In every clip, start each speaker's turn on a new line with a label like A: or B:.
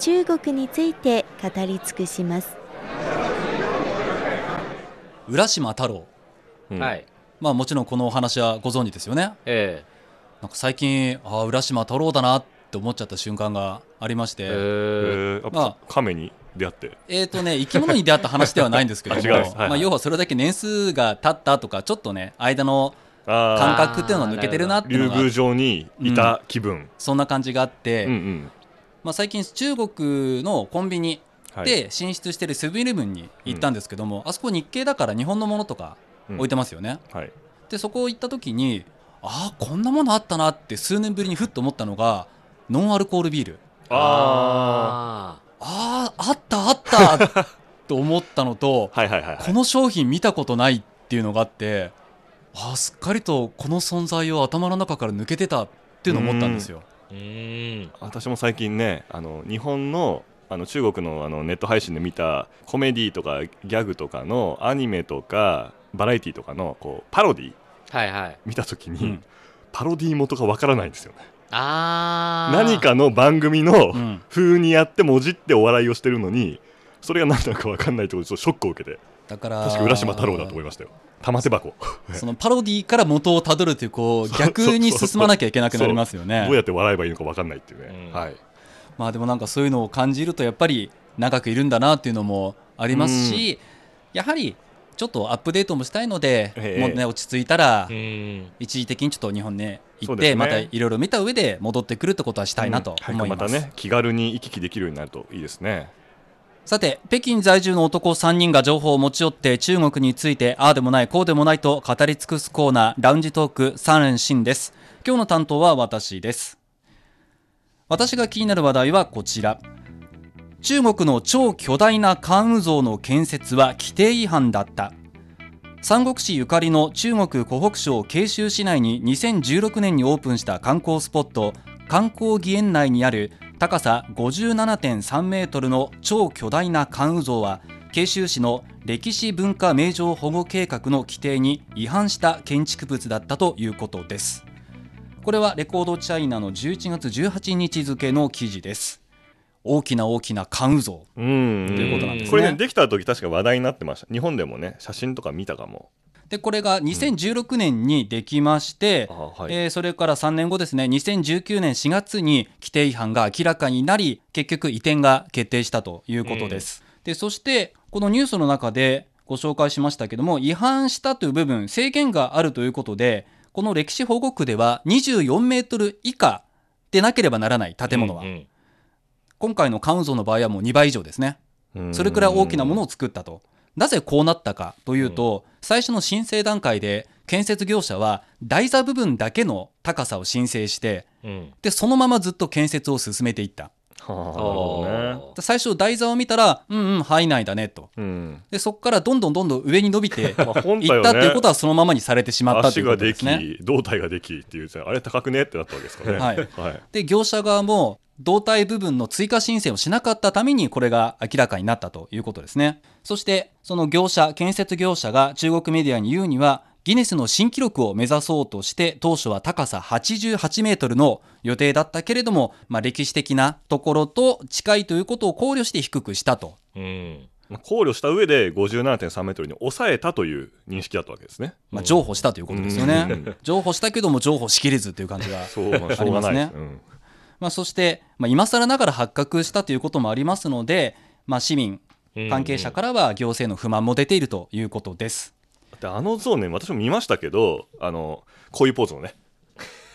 A: 中国について語り尽くします。
B: 浦島太郎
C: うん
D: はい。
B: まあもちろんこのお話はご存知ですよね
D: え
B: なんか最近ああ浦島太郎だなって思っちゃった瞬間がありまし
D: え
B: て、
C: え
D: ええ
C: ーあ
B: まあ
C: 亀に出会って
B: えーとね、生き物に出会った話ではないんですけど
C: あ
B: も、
C: 違うんですはいはい
B: まあ、要はそれだけ年数が経ったとかちょっとね間の感
C: ああ
B: 覚っていうのが抜けてるなっていう
C: 竜
B: のが
C: 宮城にいた気分、
B: そんな感じがあって、
C: うんうん
B: まあ、最近中国のコンビニ
C: はい、
B: で進出してるセブンイレブンに行ったんですけども、あそこ日系だから日本のものとか置いてますよね、
C: はい、
B: でそこ行った時にああこんなものあったなって数年ぶりにふっと思ったのがノンアルコールビール
C: あ
B: あ
D: あ
B: ああったあった と思ったのと
C: あはいはいはいはい
B: この商品見たことないっていうのがあってあーすっかりとこの存在を頭の中から抜けてたっていうのを思ったんですよ。
D: ー。うーん。
C: 私も最近ねあの日本のあの中国のあのネット配信で見たコメディとかギャグとかのアニメとかバラエティとかのこうパロディ
D: はいはい。
C: 見た時に、
B: うん
C: パロディ元がわからないんですよね
D: ああ。
C: 何。かの番組
B: う
C: の
B: ん
C: 風にやってもじってお笑いをしてるのにそれが何だかわかんないってことでちょっとショックを受けて
B: だから
C: 確か浦島太郎だと思いましたよ玉手箱
B: そのパロディから元をたどるというこう逆に進まなきゃいけなくなりますよ
C: どうや
B: ね。
C: って笑えばいいのかわかんないっていうね、
D: うん
C: はい
B: まあでもなんかそういうのを感じるとやっぱり長くいるんだなっていうのもありますし、やはりちょっとアップデートもしたいので、
C: ええ
B: もうね落ち着いたら
D: うーん。
B: 一時的にちょっと日本ね行
C: そう
B: っ
C: です
B: て
C: ね
B: またいろいろ見た上で戻ってくるってことはしたいなと
C: 早く
B: 思います。
C: またね気軽に行き来できるようになるといいですね
B: さて、北京在住の男3人が情報を持ち寄って中国についてああでもないこうでもないと語り尽くすコーナーラウンジトーク3連新です。今日の担当は私です。私が気になる話題はこちら。中国の超巨大な関羽像の建設は規定違反だった。三国志ゆかりの中国湖北省慶州市内に2016年にオープンした観光スポット観光義園内にある高さ57.3メートルの超巨大な関羽像は慶州市の歴史文化名城保護計画の規定に違反した建築物だったということですこれはレコードチャイナの11月18日付の記事です大きな大きな関羽像
C: うん
B: ということなんですね
C: これねできた時確か話題になってました日本でもね写真とか見たかも
B: でこれが2016年にできまして、
C: あは
B: えーそれから3年後ですね2019年4月に規定違反が明らかになり結局移転が決定したということです、でそしてこのニュースの中でご紹介しましたけども違反したという部分制限があるということでこの歴史保護区では24メートル以下でなければならない建物は、
D: うんうん
B: 今回のカウンゾの場合はもう2倍以上ですねそれくらい大きなものを作ったと。なぜこうなったかというと、最初の申請段階で建設業者は台座部分だけの高さを申請して
D: うん。
B: でそのままずっと建設を進めていった
C: はあなるほどね
D: おー
B: 最初台座を見たらうんうん範囲内だねと
C: うん
B: でそこからどんどんどんどん上に伸びていっ
C: まあ 本体はね
B: たということはそのままにされてしまったとい
C: 足
B: うこ
C: が
B: とで
C: ですき
B: ね。
C: 胴体ができっていうあれ高くねってなったわけですからね
B: はい
C: はい
B: で業者側も胴体部分の追加申請をしなかったためにこれが明らかになったということですねそしてその業者建設業者が中国メディアに言うにはギネスの新記録を目指そうとして当初は高さ88メートルの予定だったけれども、まあ、歴史的なところと近いということを考慮して低くしたと
D: うん。
C: まあ考慮した上で57.3メートルに抑えたという認識だったわけですね
B: まあ、譲歩したということですよ
C: う
B: ね
C: ん
B: 譲歩したけども譲歩しきれずという感じが
C: そうまあしょうがないですうん
B: まあ、そして、まあ、今更ながら発覚したということもありますので、まあ、市民
D: うん
B: 関係者からは行政の不満も出ているということです。
C: であの像ね私も見ましたけどあのこういうポーズのね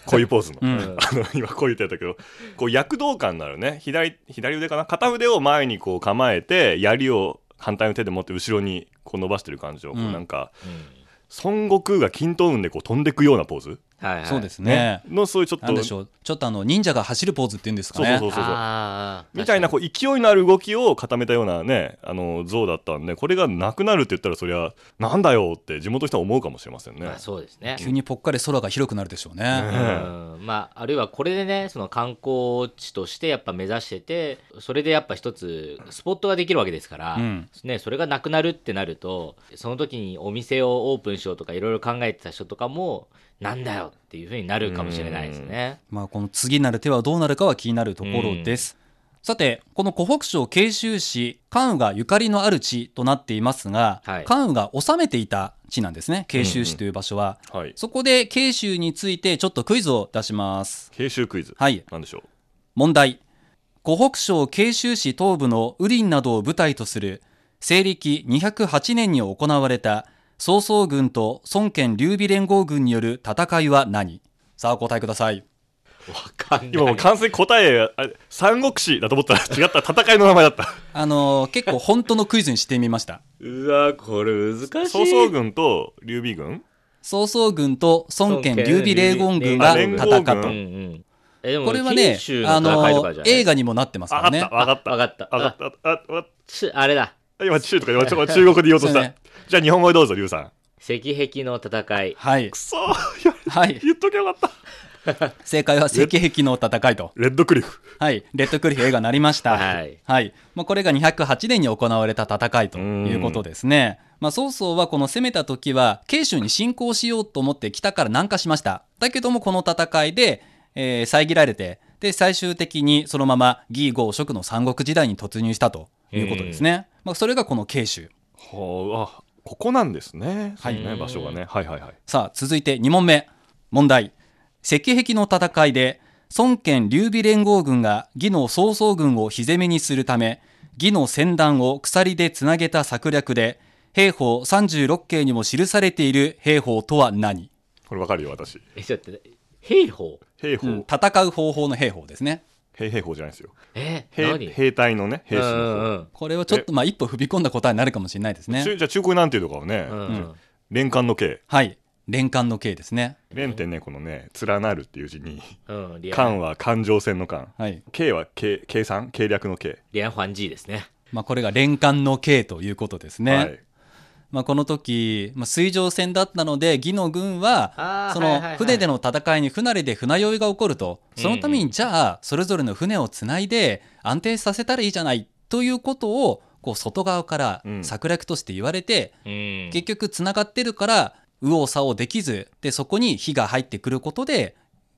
C: こういうポーズの、
B: うん
C: あの今こう言ってたけどこう躍動感のあるね左左腕かな片腕を前にこう構えて槍を反対の手で持って後ろにこう伸ばしてる感じを、こう
B: うん
C: なんか
D: うん
C: 孫悟空が均等運でこう飛んでくようなポーズ
D: はいはい。。
B: そうですすね。
C: のそういうちょっ
B: なん
C: と
B: でしょう。ちょっとあの、忍者が走るポーズって言うんですか
C: そう
B: ね。
C: そうそうそう
D: あー
C: みたいなこ
D: 確
C: う勢いのある動きを固めたようなねあの像だったんでこれがなくなるって言ったらそりゃなんだよって地元の人は思うかもしれません
D: かに
C: ね
D: まあ、。そうですね。
B: 急にぽっかり空が広くなるでしょうね。
C: ね
D: うんまあ、あるいはこれでね、その観光地としてやっぱ目指してて、それでやっぱ一つスポットができるわけですから、
B: うん
D: ね、それがなくなるってなると、その時にお店をオープンしようとかいろいろ考えてた人とかも、なんだよっていうふうになるかもしれないですね。
B: まあ、この次なる手はどうなるかは気になるところです。さて、この湖北省慶州市、関羽がゆかりのある地となっていますが、
D: はい
B: 関羽が治めていた地なんですね、慶州市という場所は。
C: はい
B: そこで慶州についてちょっとクイズを出します。
C: 慶州クイズ、
B: はい、
C: なんでしょう
B: 問題。湖北省慶州市東部の雨林などを舞台とする、西暦208年に行われた、曹操軍と孫権劉備連合軍による戦いは何さあ、お答えください。
D: わかんない。
C: 今もう完全に答えあれ三国志だと思ったら違った戦いの名前だ った
B: あのー結構本当のクイズにしてみました。
D: うわ、これ難しい。
C: 曹操軍と劉備軍
B: 曹操軍と孫権劉備連合軍が戦う
C: 連合
B: と
D: うんう。
C: 軍
D: ん。えでも
B: これはね
D: 九州、の
B: あ
D: 戦いと
B: の
D: かじゃ
B: ー
D: ない
B: 映画にもなってます
C: あ
B: よ
C: あった
B: ね。
C: わかった
D: わかった。
C: わかったああ
D: ちあれだ。
C: あ今中とか今 ちょ中国で言おうと
B: そ
C: し
B: う
C: た、
B: ね
C: じゃあ日本語でどうぞ劉さん
D: 石壁の戦い。
B: はい
C: く。そーいや
B: はい。
C: 言っときゃよかった
B: 正解は石壁の戦いと。
C: レッドクリフ
B: はい。レッドクリフ映画になりました。
D: はい。
B: はい。まあ、これが208年に行われた戦いということですね。まあ、曹操はこの攻めた時は、慶州に侵攻しようと思って北から南下しました。だけども、この戦いで、えー遮られて、で、最終的にそのまま義豪蜀の三国時代に突入したということですね。まあ、それがこの慶州。
C: はあここなんですねはいね場所がねはいはいはい
B: さあ、続いて2問目。問題。石壁の戦いで、孫権劉備連合軍が義の曹操軍を火攻めにするため、義の船団を鎖でつなげた策略で、兵法36形にも記されている兵法とは何、
C: これわかるよ私
D: え、ちょっと待って、兵法
C: 兵法、
B: うん戦う方法の兵法ですね。
C: 兵兵法じゃないですよ
D: え、
C: 兵
D: 何
C: 兵隊のね兵士の
D: うんう
C: 方
D: ん
B: これはちょっとまあ一歩踏み込んだ答えになるかもしれないですね。
C: 中じゃあ中国なんていうとかはね、
D: うんうん
C: 連環の刑
B: はい。連環の形ですね。
C: 連ってねこのね連なるっていう字に
D: うん、リアン、
C: 環は環状線の環
B: はい。
C: 計は計計算計略の計、
D: リアンファン G ですね。
B: まあこれが連環の形ということですね。
C: はい
B: まあ、この時、まあ、水上戦だったので義の軍は
D: あー
B: そ
D: は
B: の
D: いはいはい
B: 船での戦いに不慣れで船酔いが起こるとそのため
D: うんう
B: にじゃあそれぞれの船をつないで安定させたらいいじゃないということをこう外側から
C: うん
B: 策略として言われて
D: うん。
B: 結局つながってるから右往左往できずでそこに火が入ってくることで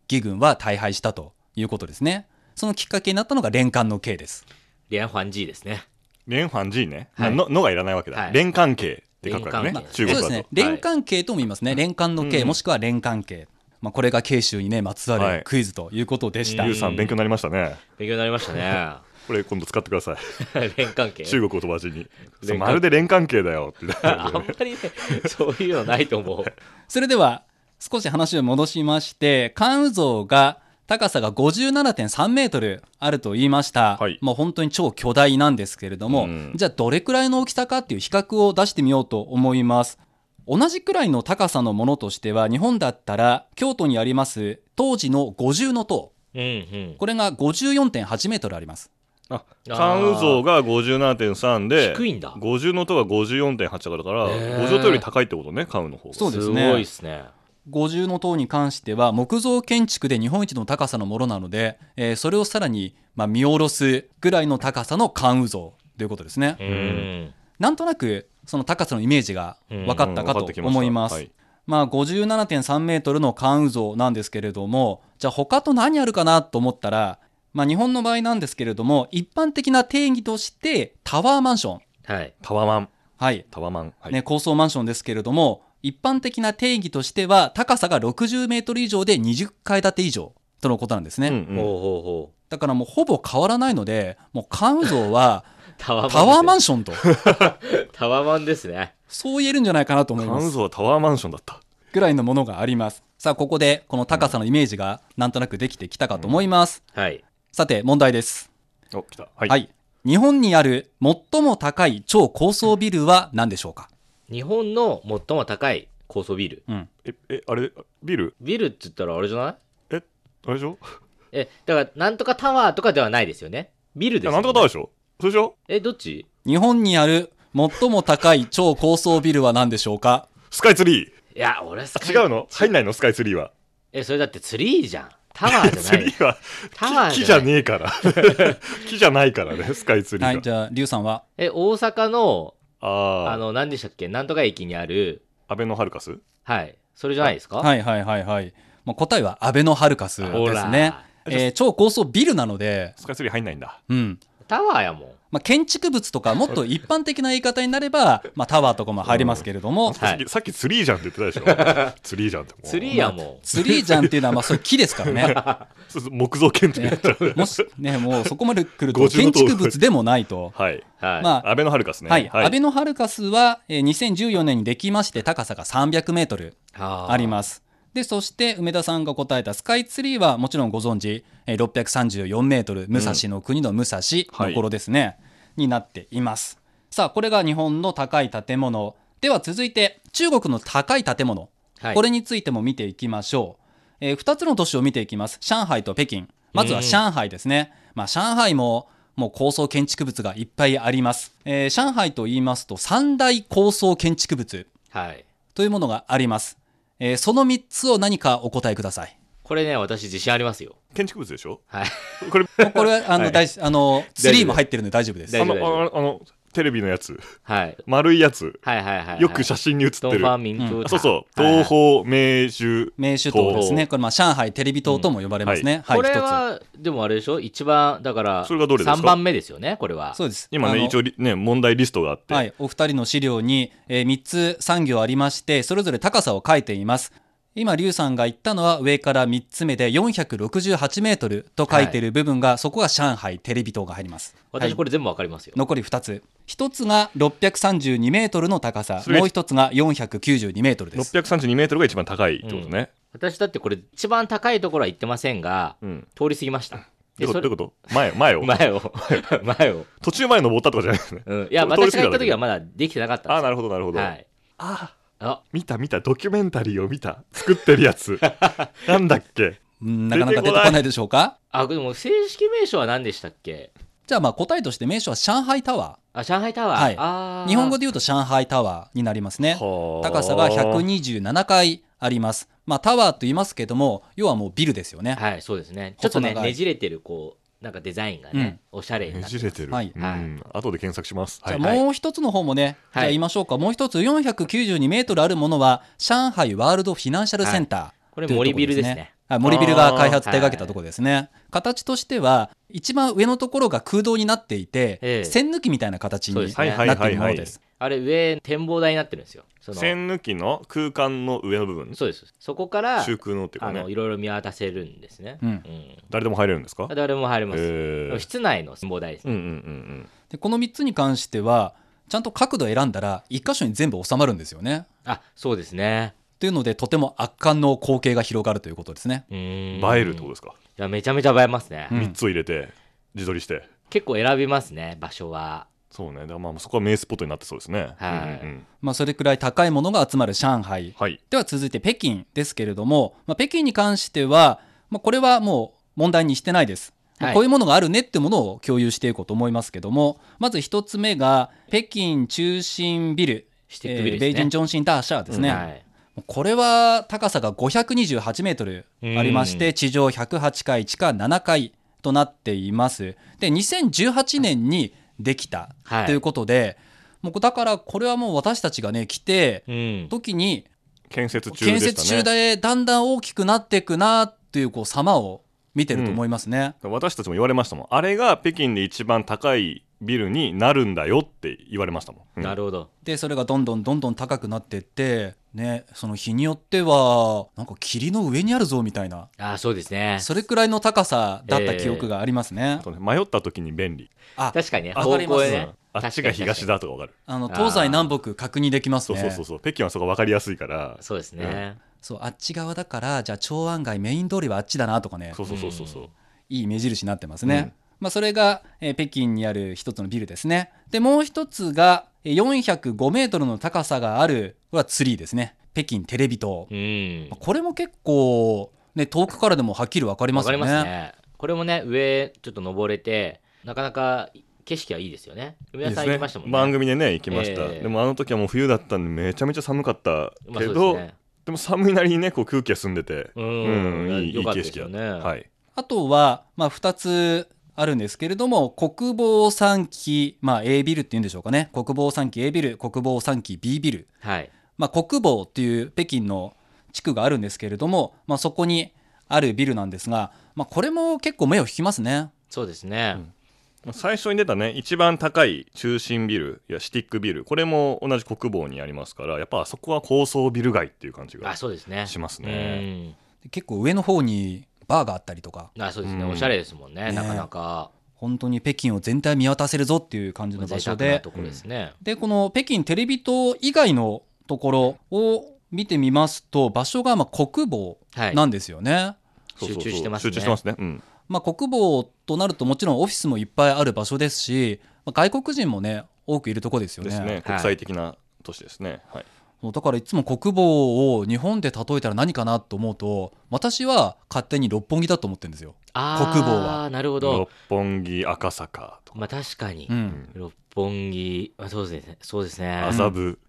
B: 義軍は大敗したということですね。そのきっかけになったのが連環の刑です。
D: リアンファン G ですね。
C: 連環 G ね、
D: はい
C: ののがいらないわけだ、
D: はい
C: 連環刑って書くからね
D: 連環
C: 中
B: そう
C: 国
B: で
C: だ
B: す
C: と、
B: ね。連関係とも言いますね。連関の
C: うん
B: 系、
C: うん
B: もしくは連関係。まあ、これが慶州にね、まつわ
C: は
B: る
C: い
B: クイズということでした。
D: う
C: 劉
D: ん
C: さん勉強になりましたね
D: 勉強になりましたね。
C: これ今度使ってください
D: 連関係。
C: 中国を友達に
D: 連
C: そう
D: 環
C: まるで連環刑だよ って
D: あんまり ね、そういうのないと思う。
B: それでは、少し話を戻しまして、関羽像が高さが57.3メートルあると言いました。
C: はい
B: もう本当に超巨大なんですけれども、
C: うん
B: じゃあどれくらいの大きさかっていう比較を出してみようと思います。同じくらいの高さのものとしては、日本だったら京都にあります当時の50の塔。
D: うんうん。
B: これが54.8メートルあります。
C: あ関羽像が57.3で
D: 低いんだ
C: 50の塔が54.8だからだから、
D: へー
C: 50塔より高いってことね関羽の方が
B: そうです
D: す
B: ね
D: ごいですね。
B: 五重の塔に関しては木造建築で日本一の高さのものなので、えーそれをさらに、まあ、見下ろすぐらいの高さの関羽像ということですね、
D: うん。
B: なんとなくその高さのイメージが分かったか
C: うん
B: と
C: 分かってきました
B: 思います、
C: はい
B: まあ、57.3メートルの関羽像なんですけれどもじゃあ他と何あるかなと思ったら、まあ、日本の場合なんですけれども一般的な定義としてタワーマンション、
D: はい。
C: タワマン
B: はい
C: タワマン、はい
B: ね、高層マンションですけれども一般的な定義としては高さが60メートル以上で20階建て以上とのことなんですね、
C: う
D: ほ
C: ん
D: う
C: うん
D: ほうほう。
B: だからもうほぼ変わらないのでもう関羽像は
D: タワ
B: タワーマ
D: ン
B: ンションと
D: ですね。タワーマンですね。
B: そう言えるんじゃないかなと思い
C: カ
B: ま
C: ン
B: す
C: ゾはタワーマンションだった。
B: ぐらいのものがありますさあここでこの高さのイメージがなんとなくできてきたかと思います、
D: はい。
B: さて問題です
C: お、来た。は
B: はい、日本にある最も高い超高層ビルは何でしょうか
D: 日本の最も高い高層ビル
B: うん。
C: ええあれビル
D: ビルって言ったらあれじゃない
C: えあれでしょ
D: えだからなんとかタワーとかではないですよねビル
C: い
D: です
C: や
D: よ、ね、
C: なんとかタワーでしょそれでしょ
D: えどっち
B: 日本にある最も高い超高層ビルは何でしょうか
C: スカイツリー
D: いや俺スカイ
C: あ違うの入んないのスカイツリーは
D: えそれだってツリーじゃんタワーじゃ
C: ツ
D: な
C: リ
D: い
C: ーは
D: タワー
C: 木木
D: じ
C: じ
D: ゃ
C: ゃ
D: ない
C: ねえ から木じゃないからねスカイツリー
B: は
C: が、
B: い、じゃあ、リュウさんは
D: え大阪の
C: あ
D: あ
C: あの
D: の何でしたっけなんとか駅にある
C: 安倍のハルカス
D: はいそれじゃないですか
B: はいはいはいはい。もう答えは、アベノハルカス
D: ほ
B: です
D: ら
B: ね。えー超高層ビルなので、
C: スカイツリー入んないんだ
B: うん。
D: タワーやもん
B: まあ、建築物とか もっと一般的な言い方になれば、まあ、タワーとかも入りますけれども、
D: はい
C: さっきさっきツリーじゃんって言ってたでし ょツリーじゃんってもう
D: ツリーやも
B: ツリーじゃんっていうのはまあそういう木です からね
C: そうそう木造建築やったら
B: もしねもうそこまで来ると
C: 50
B: 建築物でもないと。
C: はい
D: んはい、
B: まあ
C: 安倍のハルカスね
B: はい、アベノハルカスは、えー2014年にできまして高さが300メートル
D: あ
B: あり
D: す
B: ますでそして梅田さんが答えたスカイツリーはもちろんご存知、えー634メートル武蔵の国の武蔵
C: はい
B: の頃ですね、になっていますさあこれが日本の高い建物では続いて中国の高い建物
D: はい、
B: これについても見ていきましょう、え2つの都市を見ていきます上海と北京まずは上海ですね、まあ、上海ももう高層建築物がいっぱいあります、えー上海と言いますと三大高層建築物
D: はい、
B: というものがあります、えーその3つを何かお答えください
D: これね私自信ありますよ
C: 建築物でしょ
D: はい
C: これ
B: これはあの、
C: はい
B: 大事あのツリーも入ってるので大丈夫です
D: 大
C: あ
D: 丈
C: の
D: 夫
C: あのあのテレビのやつ
D: はい
C: 丸いやつ
D: はいはいはいはい
C: よく写真に写っ
D: ドン
C: てる
D: ファンミンプータ
C: そうそう
D: はいはい
C: 東方明珠
B: 名手塔ですね
D: ほ
B: これまあ上海テレビ塔とも呼ばれますね、はい
D: これ
B: 一
D: はでもあれでしょ一番だから
C: それがどれですか
D: 3番目ですよねこれは
B: つそうですあ
C: 今
B: の
C: ね一応リね問題リストがあって、
B: はい、お二人の資料に、え3つ産業ありましてそれぞれ高さを書いています今劉さんが言ったのは上から3つ目で468メートルと書いている部分が、そこが上海テレビ塔が入ります
D: 私
B: はい
D: これ全部わかりますよ、
B: 残り2つ1つが632メートルの高さ
C: それ
B: もう1つが492メートルです
C: 632メートルが一番高いってことね、
D: 私だってこれ一番高いところは行ってませんが
C: うん
D: 通り過ぎました
C: どういう
D: で
C: こと
D: そ
C: ど
D: れ
C: ういうこと前前を
D: 前を前を、
C: 途中前登ったとかじゃないですね
D: うん、いや
C: 通
D: 私
C: り過ぎた
D: が行った時はまだできてなかったん
C: あ
D: で
C: あ
D: す
C: なるほどなるほど、
D: はい、
C: あ
D: あ
C: 見た見たドキュメンタリーを見た作ってるや つなんだっけ
B: うんなかなか出てこないでしょうか
D: あでも正式名称は何でしたっけ
B: じゃあまあ答えとして名称は上海タワ
D: あ上海タワー、
B: はい
D: あ
B: ー
D: ー
B: 日本語で言うと上海タワーになりますね
C: 高
B: 高さが127階ありますまあタワーと言いますけども要はもうビルですよね、
D: はいそうですねちょっと
B: 細
D: ね
B: 長い
D: ねじれてるこうなんかデザインがね、おしゃれにな
C: ね
D: って
C: じれてる、
B: はい
C: うん、後で検索します
B: じゃあ
C: はい
B: もう一つの方もね、じ
D: はい
B: ゃあ言いましょうか、もう一つ492メートルあるものは、上海ワールドフィナンシャルセンター、
D: これ森ビルで
B: とい
D: す
B: うとこ
D: ね
B: ろ。あ森ビルが開発手掛けたところですね、形としては、一番上のところが空洞になっていて、
D: ええ
B: 線抜きみたいな形に
D: そう
B: なっ
D: で
B: て
D: すね
B: いるものです。
D: あれ上展望台になってるんですよその
C: 線抜きの空間の上の部分
D: そうですそこから
C: 中空のっていう
D: あ
C: か
D: の
C: ね
D: いろいろ見渡せるんですね
B: うん
D: うん
C: 誰でも入れるんですか
D: 誰も入れます、
C: えー
D: 室内の展望台です
C: うん
D: ね、
C: うんうん
B: でこの3つに関しては、ちゃんと角度選んだら、一箇所に全部収まるんですよね。
D: あそうですね
B: というので、とても圧巻の光景が広がるということですね。
D: うー
C: うん
D: ん
C: 映えるってことですか
D: いやめちゃめちゃ映えますね、
B: うん
C: 3つを入れて自撮りして
D: 結構選びますね場所は
C: そうねだからまあそこは名スポットになってそうですね
D: はい
C: うんうん
B: まあ、それくらい高いものが集まる上海
C: はい
B: では続いて北京ですけれども、まあ、北京に関しては、まあ、これはもう問題にしてないです、まあ
D: はい
B: こういうものがあるねってものを共有していこうと思いますけどもまず一つ目が北京中心ビル
D: シティックビル
B: え
D: で
B: ーベイ
D: す
B: ジン・
D: ね
B: ジョンシン・ダーシャーですね、
D: はい、
B: これは高さが528メートルありまして、地上108階、地下7階となっています。で、2018年にできた
D: はい
B: ということで、もうだからこれはもう私たちがね、来て、
D: うん、
B: 時に
C: 建設中で
B: 建
C: したね
B: 設中でだんだん大きくなっていくなっていうこう様を見てると思いますね。
C: 私たちも言われましたもんあれが北京で一番高いビルになるんだよって言われましたもん、
D: な
C: る
D: るほど
B: でそれがどんどんどんどん高くなってって、ね、その日によってはなんか霧の上にあるぞみたいな
D: あそうですね
B: それくらいの高さだった記憶がありますね。
C: 迷った時に便利
B: あ
D: 確かにね
B: あ
D: 方向へ
B: わかり
D: ね
B: ま
C: あっちが東だとか分かる
B: あの
D: あー
B: 東西南北確認できます
C: そう
B: ね。
C: そうそうそう北京はそこ分かりやすいから
D: そうですね、
B: そうあっち側だからじゃあ長安街メイン通りはあっちだなとかね
C: そうそうそうそうそう、
D: うん
B: いい目印になってますね。
C: うん
B: まあ、それが、えー北京にある一つのビルですね。でもう一つがえー405メートルの高さがあるこれはツリーですね。北京テレビ塔、
D: うん
B: これも結構、ね、遠くからでもはっきり分かりま
D: わ
B: す
D: か
B: よ
D: り
B: ね。
D: ますね。これもね、上ちょっと登れて、なかなか景色はいいですよね。梅田さん行きましたもんね。
C: 番組でね行きました、
D: ええ
C: でもあの時はもう冬だったんでめちゃめちゃ寒かった
D: まあ
C: け
D: そう
C: ど、
D: ですね
C: でも寒いなりにねこう空気が澄んでて
D: うん
C: いいい
D: よ
C: い
D: かった
C: 景
D: ですよ
C: 色
D: ね
C: だったはい
B: あとは、まあ、2つあるんですけれども国防3期、まあ、A ビルっていうんでしょうかね国防3期 A ビル国防3期 B ビル、
D: はい。
B: まあ、国防っていう北京の地区があるんですけれども、まあ、そこにあるビルなんですが、まあ、これも結構目を引きますね。
D: そうですね。
C: まあ最初に出たね一番高い中心ビルいやシティックビルこれも同じ国防にありますからやっぱあそこは高層ビル街っていう感じが
D: あ、そうですね。
C: しますね。
B: 結構上の方にバーがあったりとか
D: うんあ、そうですね。
C: うん
D: おしゃれですもんね。
B: ね
D: なかなか
B: 本当に北京を全体見渡せるぞっていう感じの場
D: 贅
B: 所
D: 沢
B: で
D: なところですね。
B: でこの北京テレビ塔以外のところを見てみますと場所がまあ国防
D: はい。
B: なんですよね。
C: そうそうそう
D: 集中してますね
C: 集中してますね。うん
B: まあ、国防となるともちろんオフィスもいっぱいある場所ですし、まあ、外国人もね多くいるとこですよ
C: で
B: ね
C: すね。国際的な都市ですね。はい。
B: そうだからいつも国防を日本で例えたら何かなと思うと私は勝手に六本木だと思ってるんですよ。
D: あー
B: 国防は。
D: なるほど
C: 六。本木赤坂とか
D: まあ確かに
B: う。
C: うんん
D: 六本木、あそうですね。そうですね。
C: 麻布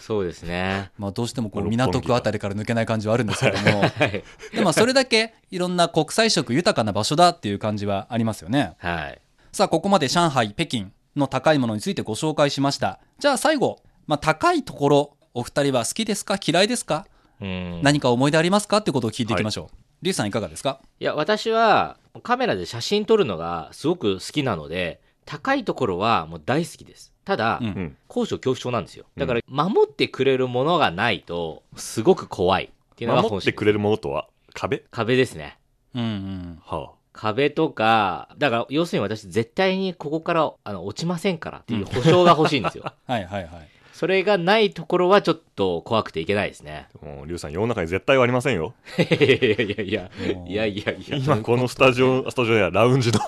D: そうですね。
B: まあ、どうしてもこう
C: 六本木だ
B: 港区あたりから抜けない感じはあるんですけども
D: はい。
B: で、まあ、それだけいろんな国際色豊かな場所だっていう感じはありますよね。
D: はい。
B: さあここまで上海北京の高いものについてご紹介しましたじゃあ最後、まあ、高いところお二人は好きですか嫌いですか、
D: うん。
B: 何か思い出ありますかってことを聞いていきましょう、リュウさんいかがですか
D: いや、私はカメラで写真撮るのがすごく好きなので、高いところはもう大好きです。ただ、
B: うん
C: うん
D: 高所恐怖症なんですよ。だから、守ってくれるものがないと、すごく怖いっていうのが
C: 守
D: 本
C: っ
D: 心
C: てくれるものとは壁
D: 壁ですね。
B: うんうん
C: は
D: 壁とか、だから、要するに私、絶対にここからあの落ちませんからっていう保証が欲しいん ですよ。
B: はいはいはい
D: それがないところはちょっと怖くていけないですね。
C: あ。もうリュウさん世の中に絶対はありませんよ。
D: いやいやいや
B: うん
D: いや、いやいやいや
C: 今。このスタジオスタジオやラウンジ の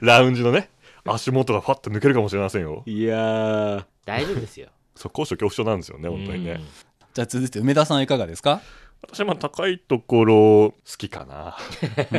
C: ラウンジのね足元がファッと抜けるかもしれませんよ。
D: いや大丈夫ですよ。
C: そう高所恐怖症なんですよね 本当に
D: うん
C: ね。
B: じゃあ続いて梅田さんいかがですか、
C: 私はまあ高いところ好きかな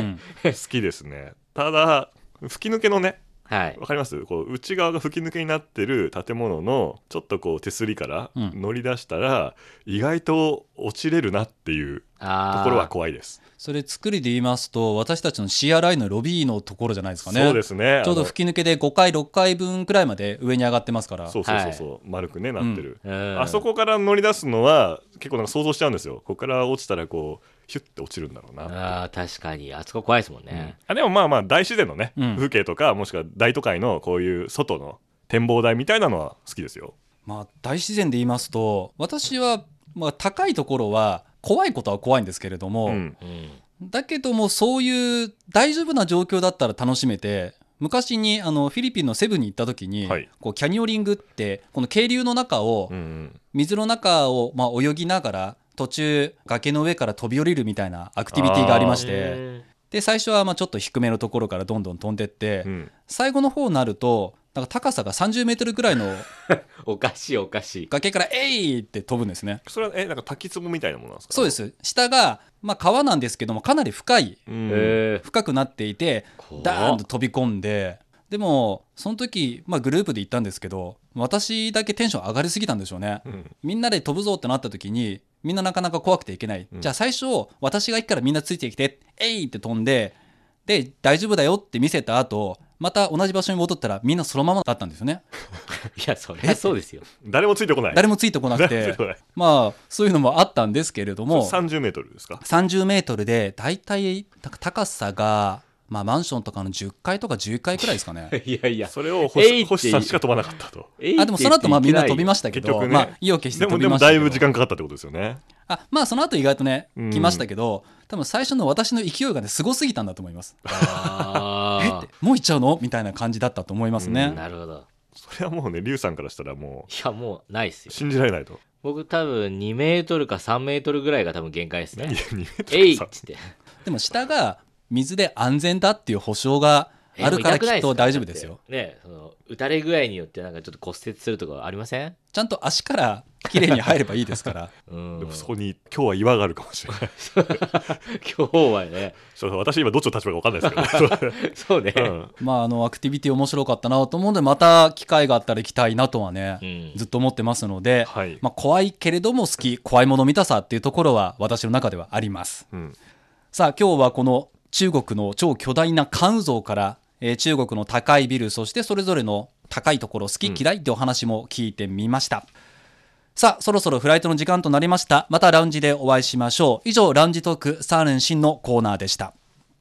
B: う ん、
C: 好きですねただ吹き抜けのね
D: はい。
C: わかりますこう内側が吹き抜けになってる建物のちょっとこう手すりから
B: うん
C: 乗り出したら、意外と落ちれるなっていうと
D: あー
C: ころは怖いです、
B: それ作りで言いますと私たちの CRI のロビーのところじゃないですかね
C: そうですね
B: ちょう
C: あ
B: ど
C: の
B: 吹き抜けで5回6回分くらいまで上に上がってますから
C: そうそうそうそう、丸くねなってる、
D: うん
C: あそこから乗り出すのは結構なんか想像しちゃうんですよここから落ちたらこうヒュッて落ちるんだろうな
D: ああ確かにあそこ怖いですもんね、
C: あでもまあまあ大自然のね、
B: うん
C: 風景とかもしくは大都会のこういう外の展望台みたいなのは好きですよ。
B: まあ、大自然で言いますと私は、まあ、高いところは怖いことは怖いんですけれども、
C: う
D: う
C: ん
D: ん
B: だけどもそういう大丈夫な状況だったら楽しめて昔にあのフィリピンのセブンに行った時に、
C: はい
B: こうキャニオリングってこの渓流の中を、
C: うん
B: 水の中を、まあ、泳ぎながら途中崖の上から飛び降りるみたいなアクティビティがありまし
D: う
B: て
D: ん
B: で最初はまあちょっと低めのところからどんどん飛んでって、
C: うん
B: 最後の方になるとなんか高さが3 0メートルぐらいの
D: おかしいおかしい
B: 崖 から「えい!」って飛ぶんですね。
C: それはえなんか滝壺みたいなものなんですか
B: そうで、す下が、まあ、川なんですけどもかなり深い
C: うん
D: え
B: 深くなっていて
D: 怖っ
B: ダーンと飛び込んででもその時、まあ、グループで行ったんですけど私だけテンション上がりすぎたんでしょうね
C: うん
B: みんなで飛ぶぞってなった時にみんななかなか怖くていけない、
C: うん
B: じゃあ最初私が行くからみんなついてきて「えい!」って飛んでで大丈夫だよって見せた後また同じ場所に戻ったらみんなそのままだったんですよね
D: いやそりゃそうですよ
C: 誰もついてこない
B: 誰もついてこなく
C: 誰もつい
B: て
C: てこない
B: まあそういうのもあったんですけれども
C: それ30メートルですか
B: 30メートルで大体た高さが、まあ、マンションとかの10階とか11階くらいですか ね
D: いやいや
C: それ
D: え
C: を
D: いってい
C: 星
D: う
C: 星さんしか飛ばなかったと
D: えいって言って
B: あでもその後まあみんな飛びま
D: し
B: したけ
C: 結
B: ど、
C: 局ね
B: まあ意を決して
C: で
B: 飛
C: も
B: び
C: でも
B: ました
C: だ
B: け
C: い
B: ど
C: ぶ時間かかったってことですよね
B: あまあその後意外とね
C: うん
B: 来ましたけど、多分最初の私の勢いがねすごすぎたんだと思いますえってもう行っちゃうのみたいな感じだったと思いますね、
D: なるほど
C: それはもうねリュウさんからしたらも
D: いやもうないっす
C: う
D: よ
C: 信じられないと
D: 僕多分2メートルか3メートルぐらいが多分限界ですね
C: 何2メートル
D: えいっ
C: さ
D: つって
B: でも下が水で安全だっていう保証が
D: え
B: あるからきっと
D: 痛くない
B: 大丈夫ですよ
D: だってねその打たれ具合によってなんかちょっと骨折するとかありません
B: ちゃんと足から綺麗に入ればいいですから
D: うん
C: でもそこに今日は岩があるかもしれない
D: 今日はね
C: ちょっと私今どっちの立場か分かんないですけど
D: そうね、
C: うん
B: まああのアクティビティ面白かったなと思うのでまた機会があったら行きたいなとはね、
D: うん
B: ずっと思ってますので、
C: はい、
B: まあ、怖いけれども好き怖いもの見たさっていうところは私の中ではあります。
C: うん、
B: さあ今日はこの中国の超巨大な関羽像から、えー中国の高いビルそしてそれぞれの高いところ好き嫌いってお話も聞いてみました、さあそろそろフライトの時間となりましたまたラウンジでお会いしましょう以上ラウンジトークサーレンシンのコーナーでした